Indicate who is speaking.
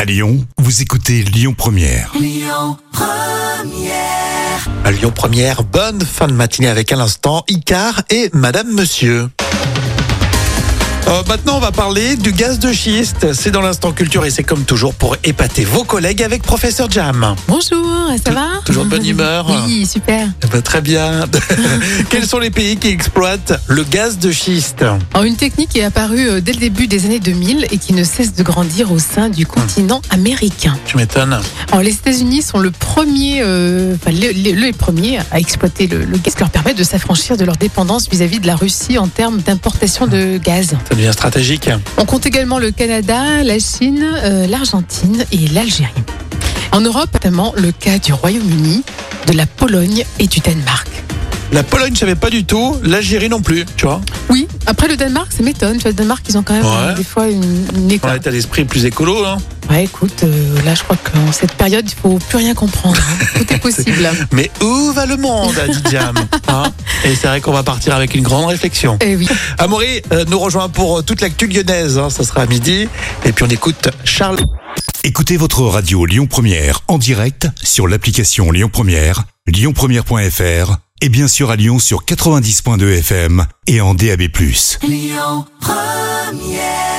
Speaker 1: À Lyon, vous écoutez Lyon Première.
Speaker 2: À Lyon Première, bonne fin de matinée avec à l'instant Icar et Madame Monsieur. Euh, maintenant, on va parler du gaz de schiste. C'est dans l'instant culture et c'est comme toujours pour épater vos collègues avec Professeur Jam.
Speaker 3: Bonjour, ça va
Speaker 2: Toujours de bonne humeur.
Speaker 3: Oui, super.
Speaker 2: Eh ben, très bien. Quels sont les pays qui exploitent le gaz de schiste
Speaker 3: Alors, une technique qui est apparue euh, dès le début des années 2000 et qui ne cesse de grandir au sein
Speaker 2: Hum.
Speaker 3: du continent américain.
Speaker 2: Tu m'étonnes.
Speaker 3: Alors, les États-Unis sont le premier, euh, enfin, les, les- les premiers à exploiter le, le gaz, ce qui leur permet de s'affranchir de leur dépendance vis-à-vis de la Russie en termes d'importation
Speaker 2: Hum.
Speaker 3: de gaz.
Speaker 2: Ça devient stratégique.
Speaker 3: On compte également le Canada, la Chine, euh, l'Argentine et l'Algérie. En Europe, notamment le cas du Royaume-Uni, de la Pologne et du Danemark.
Speaker 2: La Pologne, je savais pas du tout. L'Algérie non plus, tu vois.
Speaker 3: Oui, après le Danemark, ça m'étonne. Tu vois, le Danemark, ils ont quand même
Speaker 2: Ouais.
Speaker 3: euh, des fois une, une
Speaker 2: Dans
Speaker 3: école.
Speaker 2: l'état d'esprit plus écolo, hein.
Speaker 3: Ouais, écoute, euh, là, je crois qu'en cette période, il faut plus rien comprendre. hein. Tout est possible.
Speaker 2: Mais où va le monde, a dit Jam hein Et c'est vrai qu'on va partir avec une grande réflexion.
Speaker 3: Eh oui.
Speaker 2: Amaury euh, nous rejoint pour euh, toute l'actu lyonnaise. hein, ça sera à midi. Et puis on écoute Charles.
Speaker 1: Écoutez votre radio Lyon Première en direct sur l'application Lyon Première, lyonpremière.fr et bien sûr à Lyon sur 90.2 FM et en DAB+.
Speaker 4: Lyon Première